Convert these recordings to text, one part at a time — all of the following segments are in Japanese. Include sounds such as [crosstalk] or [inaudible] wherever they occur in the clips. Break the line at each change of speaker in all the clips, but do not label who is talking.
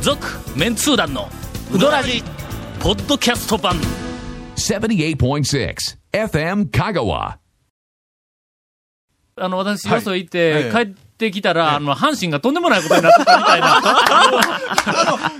続メンツー団のウドラジポッドキャスト版
78.6 FM Kagawa.
あの私
はい
よそ行って、
ええ
帰ってきたら、あの阪神がとんでもないことになってたみたい
[laughs]
な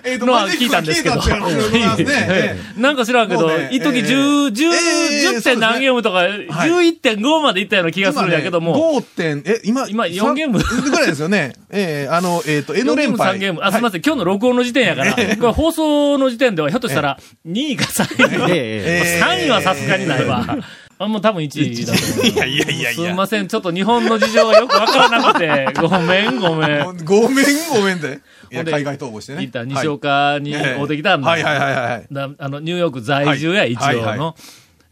えっと
のは聞いたんですけど
マジックが消えたっ
[laughs]
ていうのがねええ
なんか知らんけど、
もうね
一時
ええ
10、10、
ええ
10点何ゲームとか、
い
11.5までいったような気がするんやけども、
今ね、5点、え、今、
今
さん
四ゲーム
ぐらいですよね。ええあの、えっ、と、
4
N
ゲー
連
ム
敗。
3ゲーム。あ、すみません。今日の録音の時点やから、これ放送の時点では、ひょっとしたら、2位か3位の、
ええ
3位はさすがにないわ。あ、もう多分1位だと思う。
いやいやいやい
すみ
や。
ません。ちょっと日本の事情がよくわからなく
[laughs]
て、ごめん、ごめ
ご
ん。
ごめん、ごめんで。い
ほん
や、
で
海外逃亡してね。
いた、
はい
西岡に
ええ
会うてきたんだ。
はいはいはいはい。
だあの、ニューヨーク在住や、
はい
一応の。
はいはい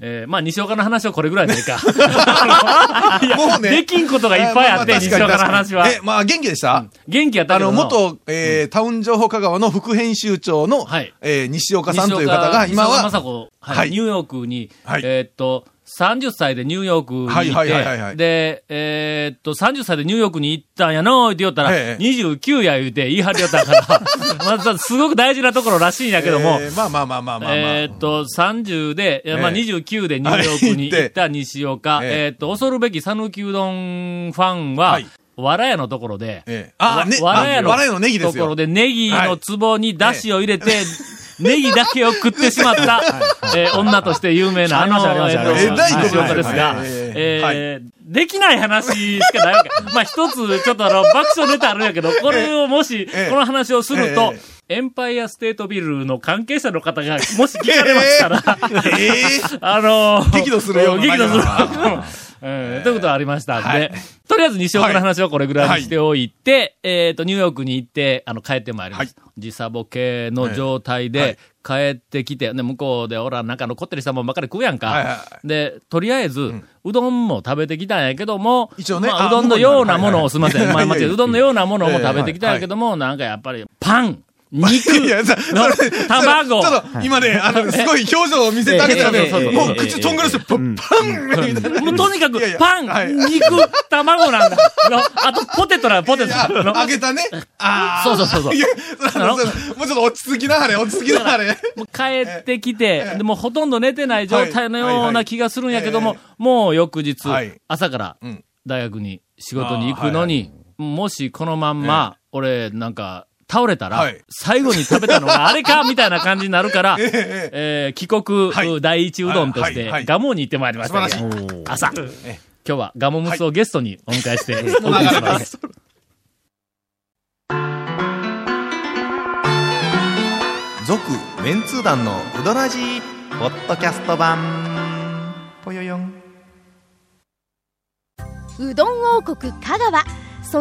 えーまあ、西岡の話はこれぐらいでいい
[laughs]
か。いや
もうね
できんことがいっぱいあって、
まま
西
確か
岡
に
の話は
確か。にえ、まあ、元気でした、
元気やった
あ
けど
の、
な
元、えータウン情報香川の副編集長の、
はい
えー西岡さんという方が、今
西岡
は、
雅子、はい
はい
ニューヨークに、
はい
えーっと、30歳でニューヨークに行って、
はいはいはいはいはい
で、えーっと、30歳でニューヨークに行ったんやのーって言ったら、
ええ
29や言うて言い張りよったから、 [laughs] まあ、すごく大事なところらしいんやけども、
[laughs] え
え
ーまあまあまあまあまあまあ。
ーっと、30で、いやまあ、
ええ
29でニューヨークに
はい
行った西岡、
ええ
えーっと、恐るべき讃岐うどんファンは、
はい
わらやのところで、
ええあ、ね、
わわらや
あわらやの
の
ネギで
と
す
ころ
よ。
でネギの壺に出汁を入れて、ネギだけを食ってしまった、えー女として有名な、あの、
ありましたありました
え
あり
ー
ました
西岡ですが、
はい
えーできない話しかないわけ。まあ、一つ、ちょっとあの、爆笑ネタあるんやけど、これをもし、
ええ
この話をすると
え、
エンパイアステートビルの関係者の方が、もし聞かれましたら、
えー
あのー
激怒するような
激怒する。
内
[laughs] うんということがありましたんで、
はい
とりあえず西岡の話はこれぐらいにしておいて、えっ、と、ニューヨークに行って、あの、帰ってまいりました。時差ボケの状態で、帰ってきて、ね、向こうで、ほら、なんか残ってる人もんばっかり食うやんか。
はいはいは
で、とりあえず、うどんも食べてきたんやけども、
一応ね
まあ、
あ
うどんのようなものを、す
向
み
こ
ま
う
せん、ま
に
あ、
はいはい
間違えた
いやいやいや
うどんのようなものを食べてきたん
え
や
え
けども、なんかやっぱり、パン、肉、
いや、さ、
の
それそれ
卵
ちょっと、今ね、あの、すごい表情を見せてあげたの
ええええええ
よ。もう
ええ
口とんがらして、パンみたいな。
もうとにかく
いやい、や
パン、
はい
肉、卵なんだ。のあと、ポテトな、ポテト
あ
の。
あげたね。ああ。
そうそうそうそう
いや、そ
なの
うそうそうもうちょっと落ち着きなはれ、落ち着きなはれ。
もう帰ってきて、でもうほとんど寝てない状態の
はいはい
よう
は
ない気がするんやけども
え、
もう翌日
はい、
朝から
ん
大学に仕事に行くのに、もしこのまんま、俺、なんか、倒れたら
はい、
最後に食べたのがあれかみたいな感じになる
[laughs]
から、えー帰
は
国第一うどんとし
は
て
いはい、
ガモに行ってまいりました
素晴
けど。朝。今日はガモムスをゲストにお迎えして、お送り
もう流れ
しま
ますす。
続、メンツー団のウドラジポッドキャスト版。ぽよよ [laughs] ん。
うどん王国香川そ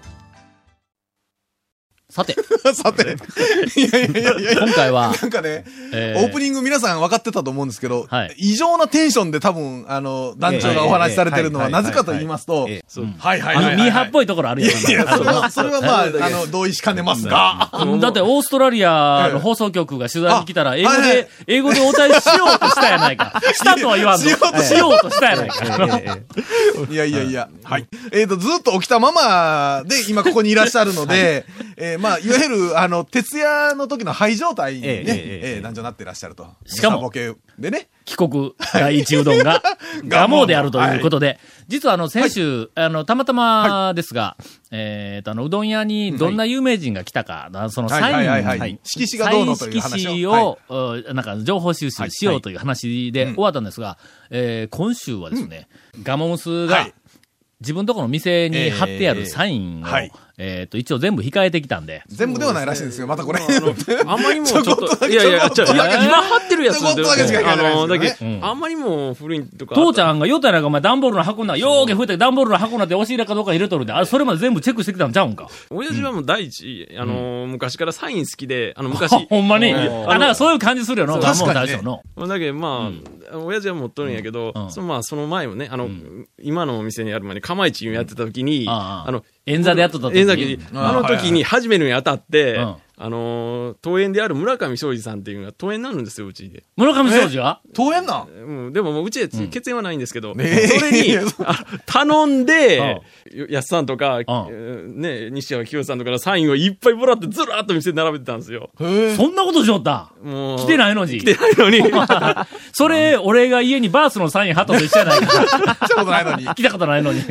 さて、
さて。 [laughs] いやいやいやいや。
今回は、
なんかね、
え
オープニング皆さん分かってたと思うんですけど、
はい
異常なテンションで多分、あの、団長がお話しされてるのはなぜかと言いますと、
ええそう
はいはい
あ
はいはい。
の、ミーハーっぽいところあるよ
いや、
な。
それは、それはまあ、あの、同意しかねますが。
あのだって、オーストラリアの放送局が取材に来たら、英語
はいはい
で、英語で応対しようとしたやないか。したとは言わんの。
[laughs] しようと
しようとしたやないか。
いやいやいや。はい。えっ、と、ずっと起きたままで、今ここにいらっしゃるので、えーまあ、いわゆる、あの、徹夜の時の肺状態にね、
えええ
え
えええ
ー男女なってらっしゃると。
しかも
時差ボケでね。
帰国第一うどんが、ガモであるということで、実はあの、先週、あの、たまたまですが、えっと、あの、うどん屋にどんな有名人が来たか、その
はいはいはいは
サ
い。
イン、
色紙が
サイ
どうの
ン
という
色
話を。
紙
はい
を、うんなんか情報収集しようという話で終わったんですが、えー今週はですね、ガモムス
は
が
い
自分とこの店に貼ってあるサインを、えー
はい
と、一応全部控えてきたんで、
全部ではないらしいんですよ、またこれ。
あんまりもうちょっ、
ちょことっと
いやいや、
ち
ち
ょ
ょ、
っ
い
と
や今貼ってるやつ
ちょっとだけしかいか
あ
ないですよ
の、
ね
だけ、あんまりもう古いとか。
父ちゃんが言うたやないか、お前段ボールの箱な、ようけ増えて段ボールの箱なんて押し入れかどうか入れとるんで、あれ、それまで全部チェックしてきたんちゃ
[laughs]
うんか。
親父はもう第一、あの、昔からサイン好きで、あの、
あ
昔。
ほんまに。あ、な
あ
ん
の
かそういう感じするよな、
そう
ガモムス
確か
大
にね
将の。
だけどまあ、親父は持っとるんやけど、
うんうん
そのまあその前もね、あの、今のお店にやる前に、釜市やってた時に、
ああ
あの、
演座でやっとった時
演座で
ん
あの時に始めるにあたって、
うん
あのー、登園である村上庄司さんっていうのが登園になるんですよ、うちで。
村上庄司は
[laughs] 遠えんな。
うん、でももううちで血縁はないんですけど、
ねえ
それに、あ頼んで、安さんとか、え
あ
ーね、西山清さんとかのサインをいっぱいもらって、ずらーっと店に並べてたんですよ。
へえ。
そんなことしよった
もう。
来てないのに
来。てないのに。
それ、俺が家にバースのサイン鳩と一緒やないか。
したことないの
[laughs]
に。
来たことないのに。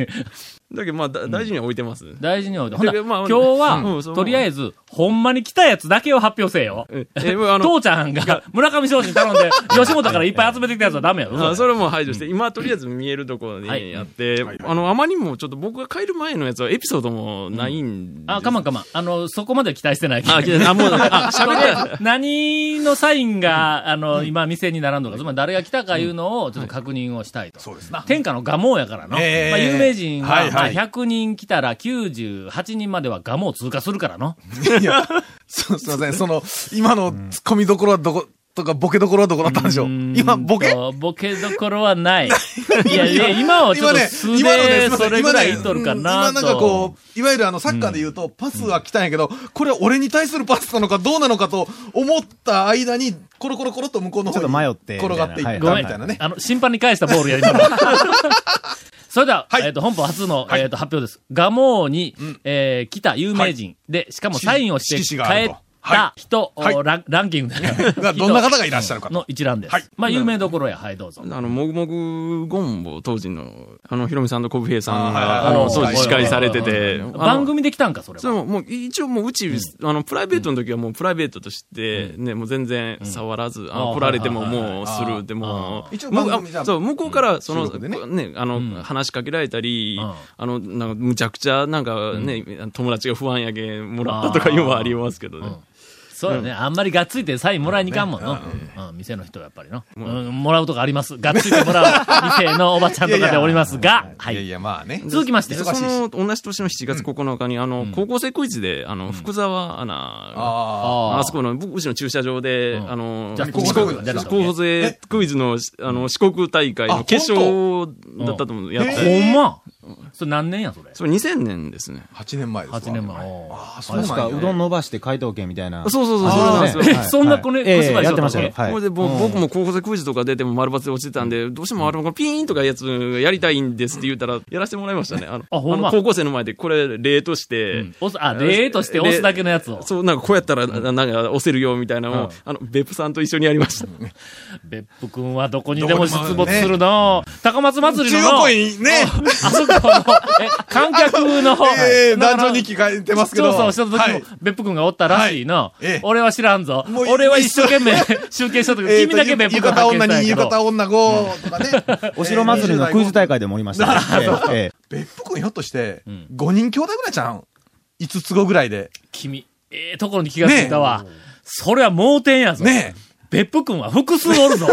だけど、まあ、だ大事には置いてます。
大事に置いて。ほんなら
でまあ
今日は、
うんそう
とりあえず、ほんまに来たやつだけを発表せえよ。
ええもうあの
父ちゃんが村上庄司に頼んで、吉本からいっぱい集めてきたやつはダメやろ。
あそれも排除して、今とりあえず見えるところ
はい
にやって、あの、あまりにもちょっと僕が帰る前のやつはエピソードもないんで。
あ、かまんかまん。あの、そこまでは期待してないけど
あ、来てあ、もう、あ、
[laughs]
喋ってない。
何のサインが、あの、今、店に並んどるか、つまり誰が来たかいうのを、ちょっと確認をしたいと。
そうですな。
天下のガモやからの。
ええ
まあ、有名人は、
はいはい
まあ、100人来たら98人まではガモを通過するからの。
いや、そうすいません。その、今の突っ込みどころはどこ、とか、ボケどころはどこだったんでしょう。今、ボケ
とボケどころは
[laughs]
ない。いやいや、今はちょっ
今
と
ね、
素
今のね、
です
いま
そ
せん
れ
今
ぐら
ね
いいっとるか
うん
なと。
今なんかこう、いわゆるあの、サッカーで言うと、パスは来たんやけど、これは俺に対するパスなのかどうなのかと思った間に、コロコロコロっと向こうの
ち
方
ょっと
に
迷って
転がって
み
いっ
たいな
ご
た
め
みたいなんね。。
あの、審判に返したボールや
[laughs]
ります。それでは、
はい
えっ、と、本邦初の、えっ、と、発表です。ガモーに、えー来た有名人、で、しかもサインをして
色紙があ
帰っ
ると
た人、
はい
おランランキングで
がどん [laughs] な方がいらっし
[laughs]
ゃるかと
の一覧です。
はい
まあ、有名どころや。はい、どうぞ。
あの、もぐもぐゴンボ当時の、あの、ヒロミさんとコブヘイさん
あ
が、
ー
あ
はいはい
の、当時司会されてて、あの
番組で来たんか、それ
そ
は。
れももう一応もううち、あの、プライベートの時はもうプライベートとして、ね、もう全然触らず、あ
あー
の来られても
はいはいはい
もうする、でも、
一応
向こう
番組じゃ
あそう、向こうから、その、
収録でね
こね、あの、話しかけられたり、
うん
あの、なんか、むちゃくちゃ、なんかね、友達が不安やけんもらったとかいうのはありますけどね。
そうよね。あんまりがっついてサインもらいにいかんもんの。うんうん店の人はやっぱりの、うんもらうとかあります。がっついてもらう店のおばちゃんとかでおりますが、はいい。
[laughs] やいや、まあね。
続きまして
で、そ
忙しいし
の、同じ年の7月9日に、あの、高校生クイズで、あの、福沢アナが
あ
あー
あそこの、僕うちの駐車場で、あの、
じゃあ
四
高校
国
生クイズ
四国勢クイズの、あの、四国大会の決勝だったと思う。やっ
え
ほ
て。
んまそれ何年や、それ。
それ2000年ですね。
あ、8年前ですわ。
8年前。おー
ああ、そうなん
確
や
か、うどん伸ばして解答権みたいな。
そうそうそう、そ
あー
うなんですよ。
はい
そんなこね
はいええ
小芝
や
居しよ
って
うと思
ま
っ
してたよ。はい。
ほいで僕僕も高校生クイズとか出ても丸抜で落ちてたんで、どうしてもあのピーンとかやつやりたいんですって言ったら、やらせてもらいましたね。あの、
あほんま
の高校生の前でこれ例として、
押す、あ、例として押すだけのやつを。
そう、なんかこうやったら、ななんか押せるよみたいなのを、あの、別府さんと一緒にやりました。
別府くんはどこにでも出没するの。高松祭り
中
の
央
の、[laughs]
公
あ
園にね、
そこの、え、観客の、
えー、
だから
男女に聞かれてますけど。
調査をした時も、
はい
別府くんがおったらしいの
いええ。
俺は知らんぞ
もう。
俺は一生懸命 [laughs] 集計した時、
えー
君だけ別府
浴
くん
衣
発見
女
したん
に
やけど。
浴衣女5とかね
お城祭りのクイズ大会でもおりましたね。ええええ
別府君ひょっとして、5人兄弟ぐらいじゃん。5つ子ぐらいで。
君、ええところに気がついたわ。それは盲点やぞ。
ねえ。
別府くんは複数おる
[laughs]
ぞ。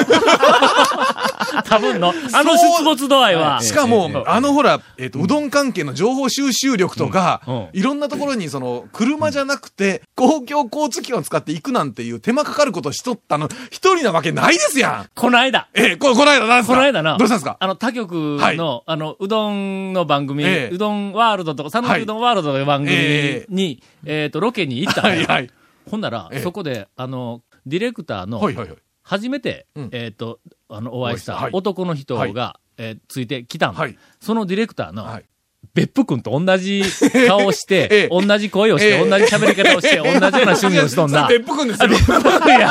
多分の、あの出没度合いは。
しかも、あのほら、えっと、うどん関係の情報収集力とか、
うんうん
いろんなところに、その、車じゃなくて、公共交通機関を使って行くなんていう手間かかることしとったの、一人なわけないですやん
この間。
えー、こ、この間なんすか
この間な、
どうしたんですか
あの、他局の、
はい
あの、うどんの番組、
ええ
うどんワールドとか、三
は
陸
いう
どんワールドという番組
え
に、えっ、と、ロケに行ったの
は
よ
いはい。
ほんなら、
ええ
そこで、あの、ディレクターの、
はいはいはい。
初めて、
うん
えっ、と、あの、お会いした
はい
男の人が、えーついてきたの、
はい
そのディレクターの、
はい
別府君と同じ顔をして、
[laughs] ええ
同じ声をして、
ええ
同じ喋り方
[laughs]
をして、同じような趣味をしとんな。
別府くんですよ。
やそれ
だ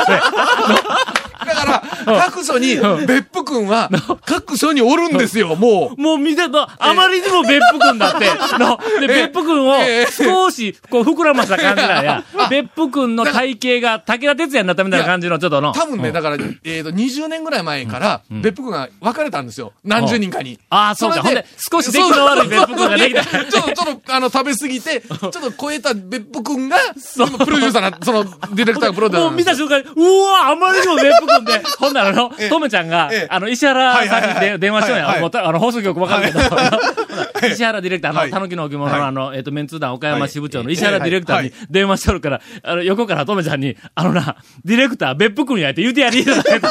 から、各所に、別府くんは、各所におるんですよ、もう。
もう見てと、あまりにも別府くんだって。の、で、
え
別府くんを
ええ
少し、こう、膨らました感じなん
[laughs]
や。別府くんの体型が武田鉄矢になったみたいな感じの、ちょっとの。
多分ね、
うん
だから、えっと、20年ぐらい前から、別府くんが別れたんですよ。何十人かに。
ああ、そうか。ほん
れ
で、少し出来の悪い別府くんができた。
そうそうそうちょっと、ちょっと、あの、食べ過ぎ
[laughs]
て、ちょっと超えた別府くんが、そのプロデューサーな、その、ディレクターがプロデュー
も
サ
う見
ーなんです
た
よ。
瞬間に、うわあまりにも別府くんで、
[laughs]
ほんならの
え、え
とめちゃんが
ええ、
あの、石原
はいはい
さん
は
に
い
で電話しよう
はい
や
は。い
もうたあの、放送局わかるけど。ほら [laughs] 石原ディレクター、あ
は
の、
い
たぬきの置物
はい
の、あの、えっと、メンツー団岡山支部長の
はい
石原ディレクターに
は
電話しとるから、あの、横
[laughs]
からとめちゃんに、あのな、ディレクター、別府くんやいて言うてやり、
いや絶対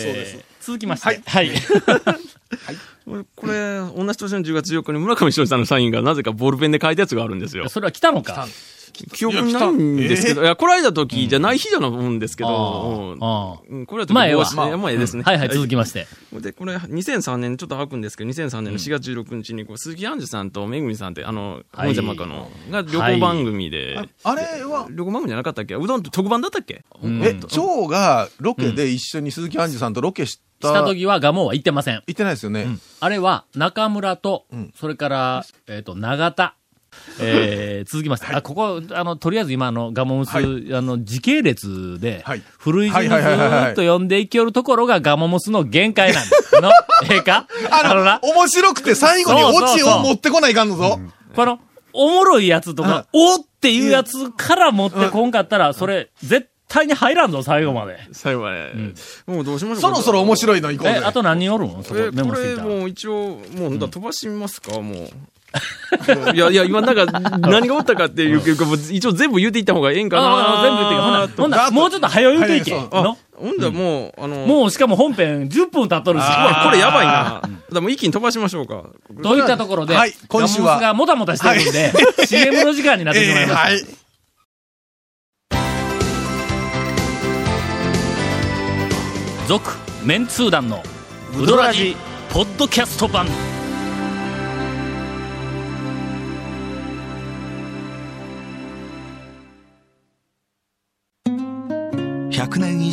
そうです
えー続きまして。はい。
これ、同じ年の10月4日に村上庄司さんのサインがなぜかボールペンで書いたやつがあるんですよ。
それは来たのか。
記憶にないんですけど、いや、来られた時じゃない日じゃないんですけど、うん
あー
うんこれは
まあええわ
まあ、まあええですね。
はいはい、続きまして。
で、これ、2003年、ちょっと吐くんですけど、2003年の4月16日に、こう鈴木杏樹さんとめぐみさんって、あの、
はい
本社マカの、が旅行番組で、
あれは、
旅行番組じゃなかったっけうどんって特番だったっけ
うん
え、蝶がロケで一緒に鈴木杏樹さんとロケし
した
た、行
時はガモは行ってません。
ってないですよね。
あれは中村と、それから、えっ、と、永田。えー、続きまして、あ、ここ、あの、とりあえず今、あの、ガモムス、
はい
あの、時系列で、
はい
古い順にず
はいはいはいはいは
ー
い
っと呼んでいきよるところがガモムスの限界なんです。の、ええか
あの、面白くて最後に
そうそう
オチ
そ
を
う
持ってこないかんのぞ。
この、おもろいやつとか、おっていうやつから持ってこんかったら、それ、絶対に入らんぞ、最後まで。
最後はね、もうどうしましょう
そろそろ面白いの行こう
え、
ぜ。
あと何人おるんそこ
え、
メ
こ
モして
れ
きた。
もう一応、もうだ飛ばしますか、も [laughs] う。いやいや、今なんか、何がおったかっていうか、もう一応全部言うていった方がええんか
ああ、
な。
全部言っていけ。ほんなら、ほんな
あ
ら、
と
もうちょっと早言うていけ。
はい
の
あ、ほんだらもう、あの、
もうしかも本編10分経っとるし。
これやばいな。だからもう一気に飛ばしましょうか。
といったところで、
はい今週は
ガモンスがもたもたしてるんで、CM の時間になってしま
え
い
ー
ました。
はい。
続、メンツー団の、ウドラジ、ポッドキャスト版。
100年以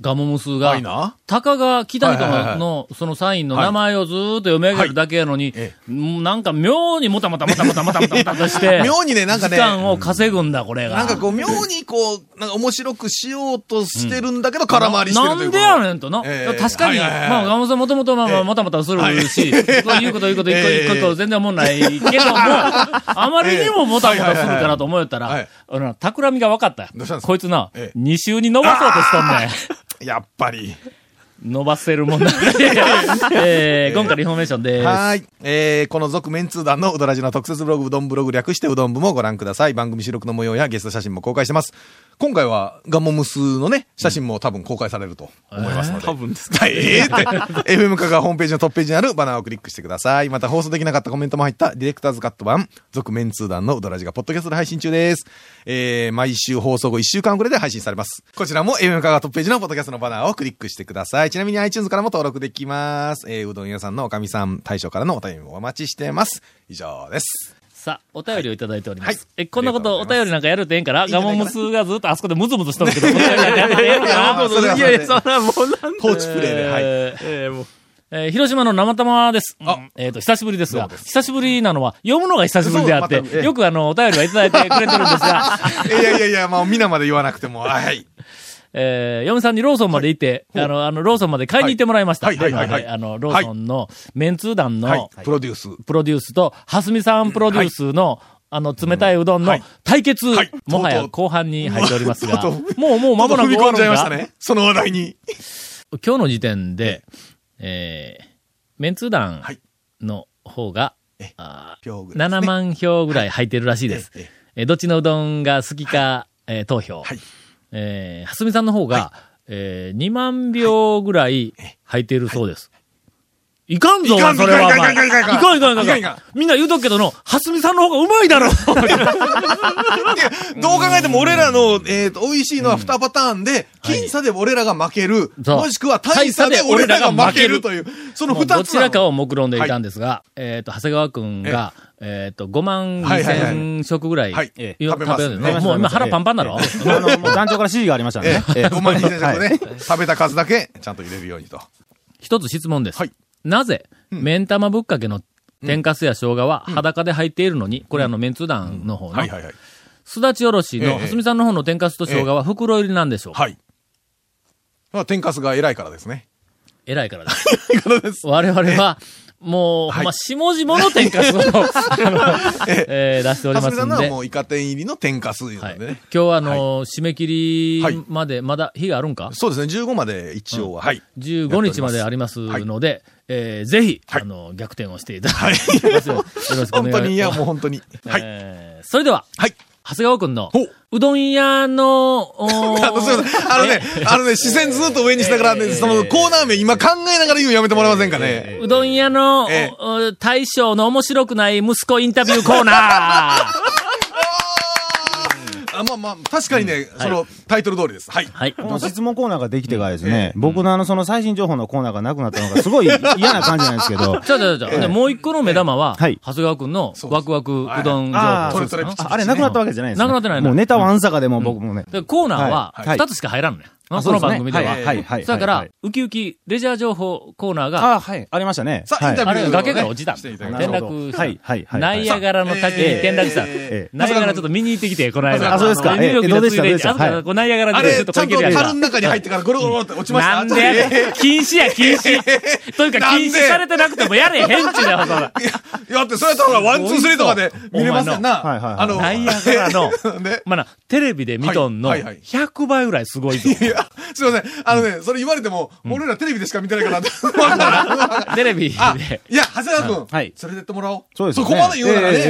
ガモムス
はい
が、
な。
たかが北にと
はいはいはい
の、そのサインの名前をずーっと読み上げるだけやのに
え、
うんなんか妙にもたもたもたもたもたもたもたとして、
妙にね、なんか
時
ね、
間を稼ぐんだ、これが。
なんかこう、妙にこう、なんか面白くしようとしてるんだけど、空回りしてるというか
なんでやねんとな。
ええ
確かに、
はいはいはい
まあ、ガモさんもともとまあまあ、もたもたするし、言うこと言うこと一個
ええ
一個一個全然思んないけども、
[laughs]
あまりにももたもたするかなと思った
はいはい
ら、あの、企みが分かった
どうした
よ。
んですか
こいつな
ええ、
二週に伸ばそうとしとんねん。
やっぱり。
伸ばせるもん
[laughs]
だ。えー今回のインフォメーションです。
はーい。えー、この続メンツー団のうどらじの特設ブログ、うどんブログ略してうどん部もご覧ください。番組収録の模様やゲスト写真も公開してます。今回は、ガモムスのね、写真も多分公開されると思いますので。
多分です。
はい、えーって FM カがホームページのトップページにあるバナーをクリックしてください。また放送できなかったコメントも入ったディレクターズカット版、続メンツー団のうどらじがポッドキャストで配信中です。えー、毎週放送後1週間遅れで配信されます。こちらも FM カがトップページのポッドキャストのバナーをクリックしてください。ちなみに iTunes からも登録できます。えー、うどん屋さんのおかみさん、大将からのお便りもお待ちしてます。以上です。
さあ、お便りをいただいております。
はい
え、こんなこ
あ
と
り
お
がとうございま
便
す
りなんかやるとええんから、
いんじ
ガ
ゃな
モ
いかな
ムスがずっとあそこでムズムズしとるけど、この人やってええんかな
あーそれはそ
い
れ
や
で
いや、そんなもうなん
放置プレイで、は
え
い。
ー
えーもう。
えー広島の生玉です。
あ
うんえっ、と、久しぶりですが
どうもで
久しぶりなのは、読むのが久しぶりであって、
そうまたええ
よくあの、お便りはいただいてくれてるんです
[laughs]
が、
いやいやいや、まあ、皆まで言わなくても、はい。
えー、嫁さんにローソンまで行って、あの、あの、ローソンまで買いに行ってもらいました。
はいはいは
なの
い
で
はい
あの、ローソンの、メンツー団の、
はい。プロデュース。
プロデュースと、はすみさんプロデュースの、あの、冷たいうどんの
はい
対決、
はい
もは
と
や
うとう
後半に入っております
[laughs]
が、
とうとう
もうもう間もなく
踏み
終わ
込ん
る
じゃい
ん
ま
だ
したね。その話題に。
今日の時点で、えー、メンツー団
はい
の方が、
え
あー
今日ぐらいです
7
ね
万票ぐらい入ってるらしいです。
えええ
えーどっちのうどんが好きか、えー投票。
はい
えーはすみさんの方が、え2万票ぐらい入っているそうです。いかんぞ、お前それは。お前いかんいかんいかんいかんいかんいかん
いかんいか
みんな言うとくけどの、はすみさんの方がうまいだろ
でどう考えても俺らの、えっ、と、美味しいのは2パターンで、僅差で俺らが負ける、
そう
もしくは大差で俺らが負けるという、その
もう
2つ
どちらか
を。
を目論んでいたんですが、えっ、と、長谷川くんが、えっ、と、5万2千食ぐらい、
はい
え
ええ食べます
食べるのね
はい
もう今腹パンパンだろ、
あの、もう団長から指示がありましたんで
え
ね。
え
ええ
5万人
は
食
い
ね、食べた数だけ、ちゃんと入れるようにと。
一つ質問です。
はい
なぜ、目ん玉ぶっかけの天かすや生姜は裸で入っているのに、これあの、メンツ団の方の、
はいはいはい。
すだちおろし
え
の、
え
はすみさんの方の天かすと生姜は袋入りなんでしょうか、
はい。まあ、天かすが偉いからですね。 [laughs]
偉いからです。我々は、もう、まあ、下々の天かすを、あの [laughs] えー出しておりま
蓮見
す
さん
ん
のは
で。
もうイカ天入りの天かすいう
はい、
ので
今
ね。
日はあの、締め切
はい
りまで、まだ日があるんか
そうですね、15まで一応は。はい。
15日までありますので、えーぜひ、あの、逆転をしていただきますよ。よろしくお願
本
い
当に、い
し
や、
ます
もう本当に。はい。
えーそれでは、
はい。
長谷川くんの
ほう、
うどん屋の、おー
[laughs] あの、すいません。あのね、あのね、視線ずっと上にしながらね、そのコーナー名今考えながら言うのやめてもらえませんかね。
うどん屋の、お
ええ
お大将の面白くない息子インタビューコー
[laughs]
ナー
あ、まあまあ、確かにね、そのタイトル通りです。はい。
はい。、
この質問コーナーができてからですね、僕のあの、その最新情報のコーナーがなくなったのが、すごい嫌な感じなんですけど
ちょちょちょ、でもう一個の目玉は、
はい
長谷川くんの
そうです
ワクワクうどん情
あ
報
そ
で
れ
す
そ
ね。
れ、
あれなくなったわけじゃないですね
なくなってないの
もうネタはあんさかでも僕もね。
でコーナーは
はいはい
2つしか入らんね、
あ
その番組では。
そうすねはい、はい。
それか
はい
ら
はい、
ウキウキレジャー情報コーナーが、
あ、はい。ありましたね。
さあ、インタ
はい
ビ
あ
ュー
れ、崖
をね
から落ちた。
して
転
いただきま
な
し
る
ょう
ほど
落した。
はいはいはい
ナイアガラの滝に転落した。
ええ
ナイアガラちょっと見に行ってきて、この間。
あそうですか
ニューヨークのつい
ええどう
で
で
に、
した
あそ
どうでしたは
こナイアガラ
あ
でちょ
れ、
っと
ちゃ
こ
ん
け
と
るや
樽の
つ。
中に入ってからゴロゴロって落ちました。
なんでやねん禁止や、禁止。というか、
なん
禁
で
止されてなくてもやれへんちゅうねんほんと
いや、だってそれやったらほら、ワン、ツー、スリーとかで見れますよな。
お前のはいはいはい
あの、
ナイアガラ
[laughs]
の
[laughs] で、
まあな、テレビで見とんの
はいはいはい
100倍ぐらいすごい
[laughs]
ぞ。
いや、すいません。あのね、それ言われても、俺らテレビでしか見てないからって。わかんない
[laughs]
テレビ
あ
で、、
いや、長谷川君、
は
連
い
れてってもらおう。
そうですよ
そこまで言うなら
えええ
ね。
ええ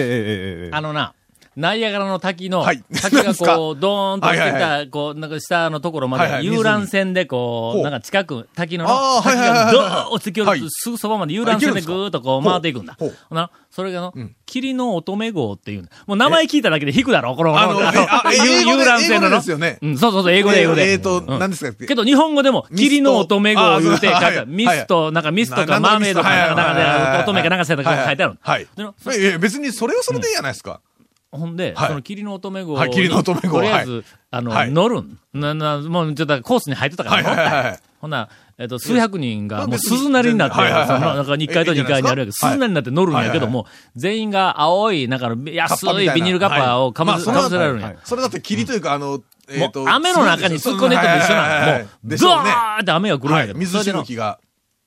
えええ
あのな、ナイアガラの滝の
はい、
滝がこう、ドーンと落ちて
はいは
た、こう、なんか下のところま
はいはい
で、
湖
遊覧船でこ
ほ
う、
う
なんか近く、滝のな
あー
滝
はいはい
が
はい
ド
はい
ーン落ちてきよ
はい
る、すぐそばまで遊覧船でぐーっとこう
ほう
回っていくんだ。
ほう
ほな、それがの
ん、霧
霧の乙女号っていうの、もう名前聞いただけで引くだろ、この、
あの、えあえ英語で、英語で
の
です。よね。
うん、そうそうそう、英語で英語
え
で。
っと、
うん
何ですかっけ
けど日本語でも、
ミスト
霧の乙女号を言うて、書い
あ
て
そう
あ
は
る。
い
ミスト、なんかミストか
な
マ
な
ー
ん
メイド
とかミスト
か、
はい
なんか
はいはい
ね、乙女かなんかせたとか書いてあるの。
はい
での。そ
いやいや、別にそれはそれでいいじゃないですか。
ほんで、
はい
その霧の乙女号に、
はい霧の乙女号
とりあえず、
は
あの、
はい
乗るん。な、な、もうちょっとコースに入ってたか
はい
ら乗っ
はいはい
た
は
ん
い。
ほな、えっと、数百人
ま
が、も
あ
う
別に
鈴なりになって、そ
全
の
然はいはいはい
なんか1階と
ええい
2階
いんじゃないですか
にあるわけ鈴なりになって乗るんやけども、全員が青い、なんかの安
カッパみ
い
たいな
ビニールカッパーをかぶ
はい
せ
まあ
かぶせられるん
は
や
い。それだって霧というか、あの、え
も
っ
う
と、
雨の中に突っ込んでいっても一緒なの。もう、
でし
ド
ょうね。
ワーって雨が来るん
は
やけ
い。
ど。
水し
それ
ぶ
で
きが。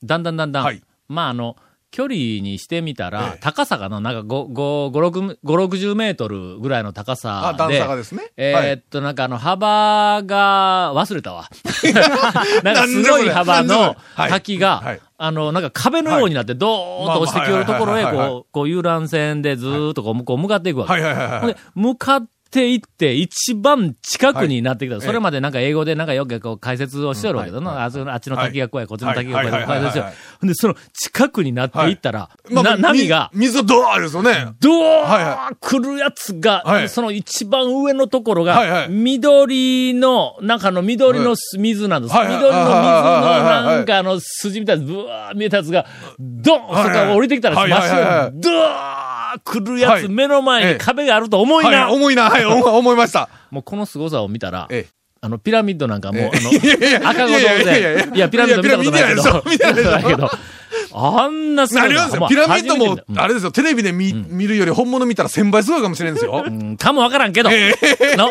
だんだんだんだん、
はい
まああの、距離にしてみたら、
ええ
高さがの、なんか5、5、5、6 60メートルぐらいの高さ
あ、
で。
段差がですね。
え
はい
ーっと、なんかあの、幅が、忘れた
[laughs]
わ。なんかす
なんで
ご
もないい
幅の
はい
滝が、
はい
あの、なんか壁のようになって、ドーッと落ちてきよるところへ、
まあまあはいはいはいはい
こう、こう遊覧船でずーっとこう、向こう向かっていくわけ。
はいはいはいはい
ほんで、向かっていって、一番近くになってきた。
い
それまでなんか英語でなんかよくこう解説をしておるわけだな、あそのあっちの滝が怖い、こっちの滝が怖い、
はいはいはい
解
はい
説しよう。ほんで、その近くになっていったら、
まあ
な、
み
波が、
水がドアですよね。
ドー
はい
ッ来るやつが、
はい
その一番上のところ
はいは
が、
い
緑の、中の緑のす水なんです。
はい
緑の水の
はいはいはいはい
なんかあの筋みたいな、ブワー見えたやつが、ドーン、そこから降りてきたら真
は
っ
いはいはいはい
白いドーッ来るや
は
つ、
い
目の前に
ええ
壁があると思い
はい、
な。
重いな。はい、思思いました。
もうこの凄さを見たら、
ええ
あの、ピラミッドなんかもう、あの、
いや
[laughs] 赤子同
いやいやいやい
然
や。
いや、ピラミッド見たことないけど。
いやピラミッド見てないでしょ見てないでし
見
ょ
てないけどあんなす
な
ごい
り
の
ま
も
すよ。
う
ピラミッド
初め
も
て見、た
あれですよ、テレビで見、見るより本物見たら1000倍すごいかもしれんです [laughs] よ。
うんかもわからんけど、の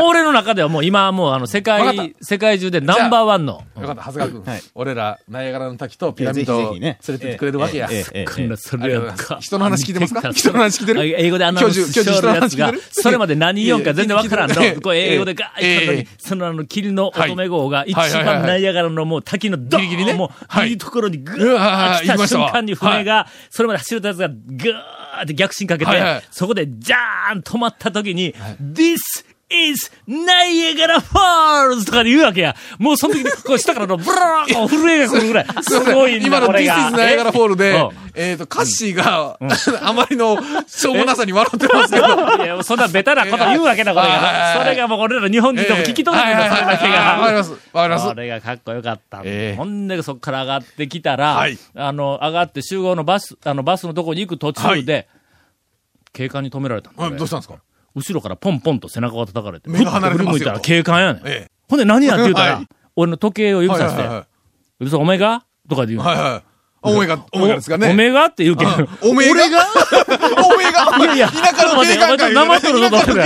もう俺の中ではもう今はもうあの世
わかっ
界、世界中でナンバーワンの、
よかった、長谷川君、
はい
俺ら、ナイアガラの滝とピラミッ
い
ド
やぜ
を
ひ
連
ぜ
れ
ひね
てってくれるわけや。
ええええええ
こんなそれやんか。
[laughs] 人の話聞いてますか人の話聞いてる
あ英語であの
教授教授
しょるやつ
人の
が
話聞いて、る
それまで何言おうか全然わからん
ええ
の。こう英語でガーッ言ったの
ええ
に、そのあの、霧の乙女号が一
はいはいはい
番
はい
ナイアガラのもう滝のドーン
ギリギリね
もう、
はい
いいところにグ
う
ー
わ
ッ
ー
来た
行きました
瞬
わ
間に船が、それまで走れたやつがグーって逆進かけて
はいはい、
そこでジャーン止まった時に、This is ナイアガラファールズとかで言うわけや。もうその時に、こう下からのブラーンこう震えが来る
[laughs]
ぐらい。すごいん
今
だ、
の
こ
This
れ
is
が。
ナイアガラフォールで
うん、
えっ、と、カッシーが、 [laughs] あまりのしょうもなさに笑っ
[laughs]
てますけど。
いや、そんなベタなこと言うわけだ、これ
え
が。
え
それがもう俺ら日本人でも聞き取れるん
ええ
だ、それだけ
はいはいはいわかり
が。
ます。わかります
こ。れがかっこよかったんだ。
ええ
ほんで、そっから上がってきたら、
はい
あの、上がって集合のバス、あの、バスのとこに行く途中で、警官に止められたんだ
あ
俺
どうしたんですか
後ろからポンポンと背中が叩かれて、
目が離れてま
ふ
すよ
っと振り向いたら警官やねん。
ええ
ほんで、何やって言うたら、
はい
俺の時計を指
はい
さ
は
し
い
て、
は
うるさいお前がとかで言う
い。
の
はいはい。オメガ、オメガですかね。
おおめえがって言うけど、
おめが [laughs] おめが
いやいや、
田舎の警官
ちょっ
会
と待ってお前ちょっと生取るぞ、と思って。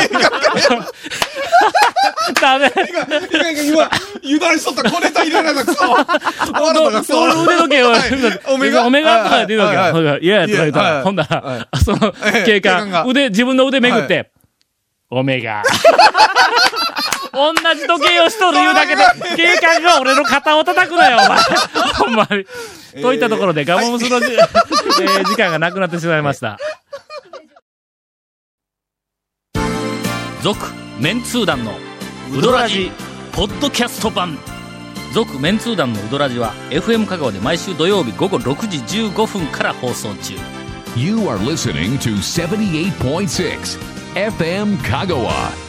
ダメ。
今、今、油断しとった、小ネタ入れられた、クソ。お
ど
が
うどう腕時計を、
はいおめが
[laughs] おめがとか言って言うわけよ
はい
ほ
は
ん
いはい
なら。いやとか言った
いやは
ら、
い
ほんな
は
ら、その
ええ
警
警官が
官、腕、自分の腕めぐって、おめが。同じ時計をしとる言うだけで、警官が俺の肩を叩くなよ、お前。ほんまに。といったところで、ガモムスのじ、えー時間がなくなってしまいました。 [laughs] 続、メンツー団の、ウドラジ、ポッドキャスト版。続メンツー団のウドラジは FM 香川で毎週土曜日午後6時15分から放送中
You are listening to 78.6 FM Kagawa.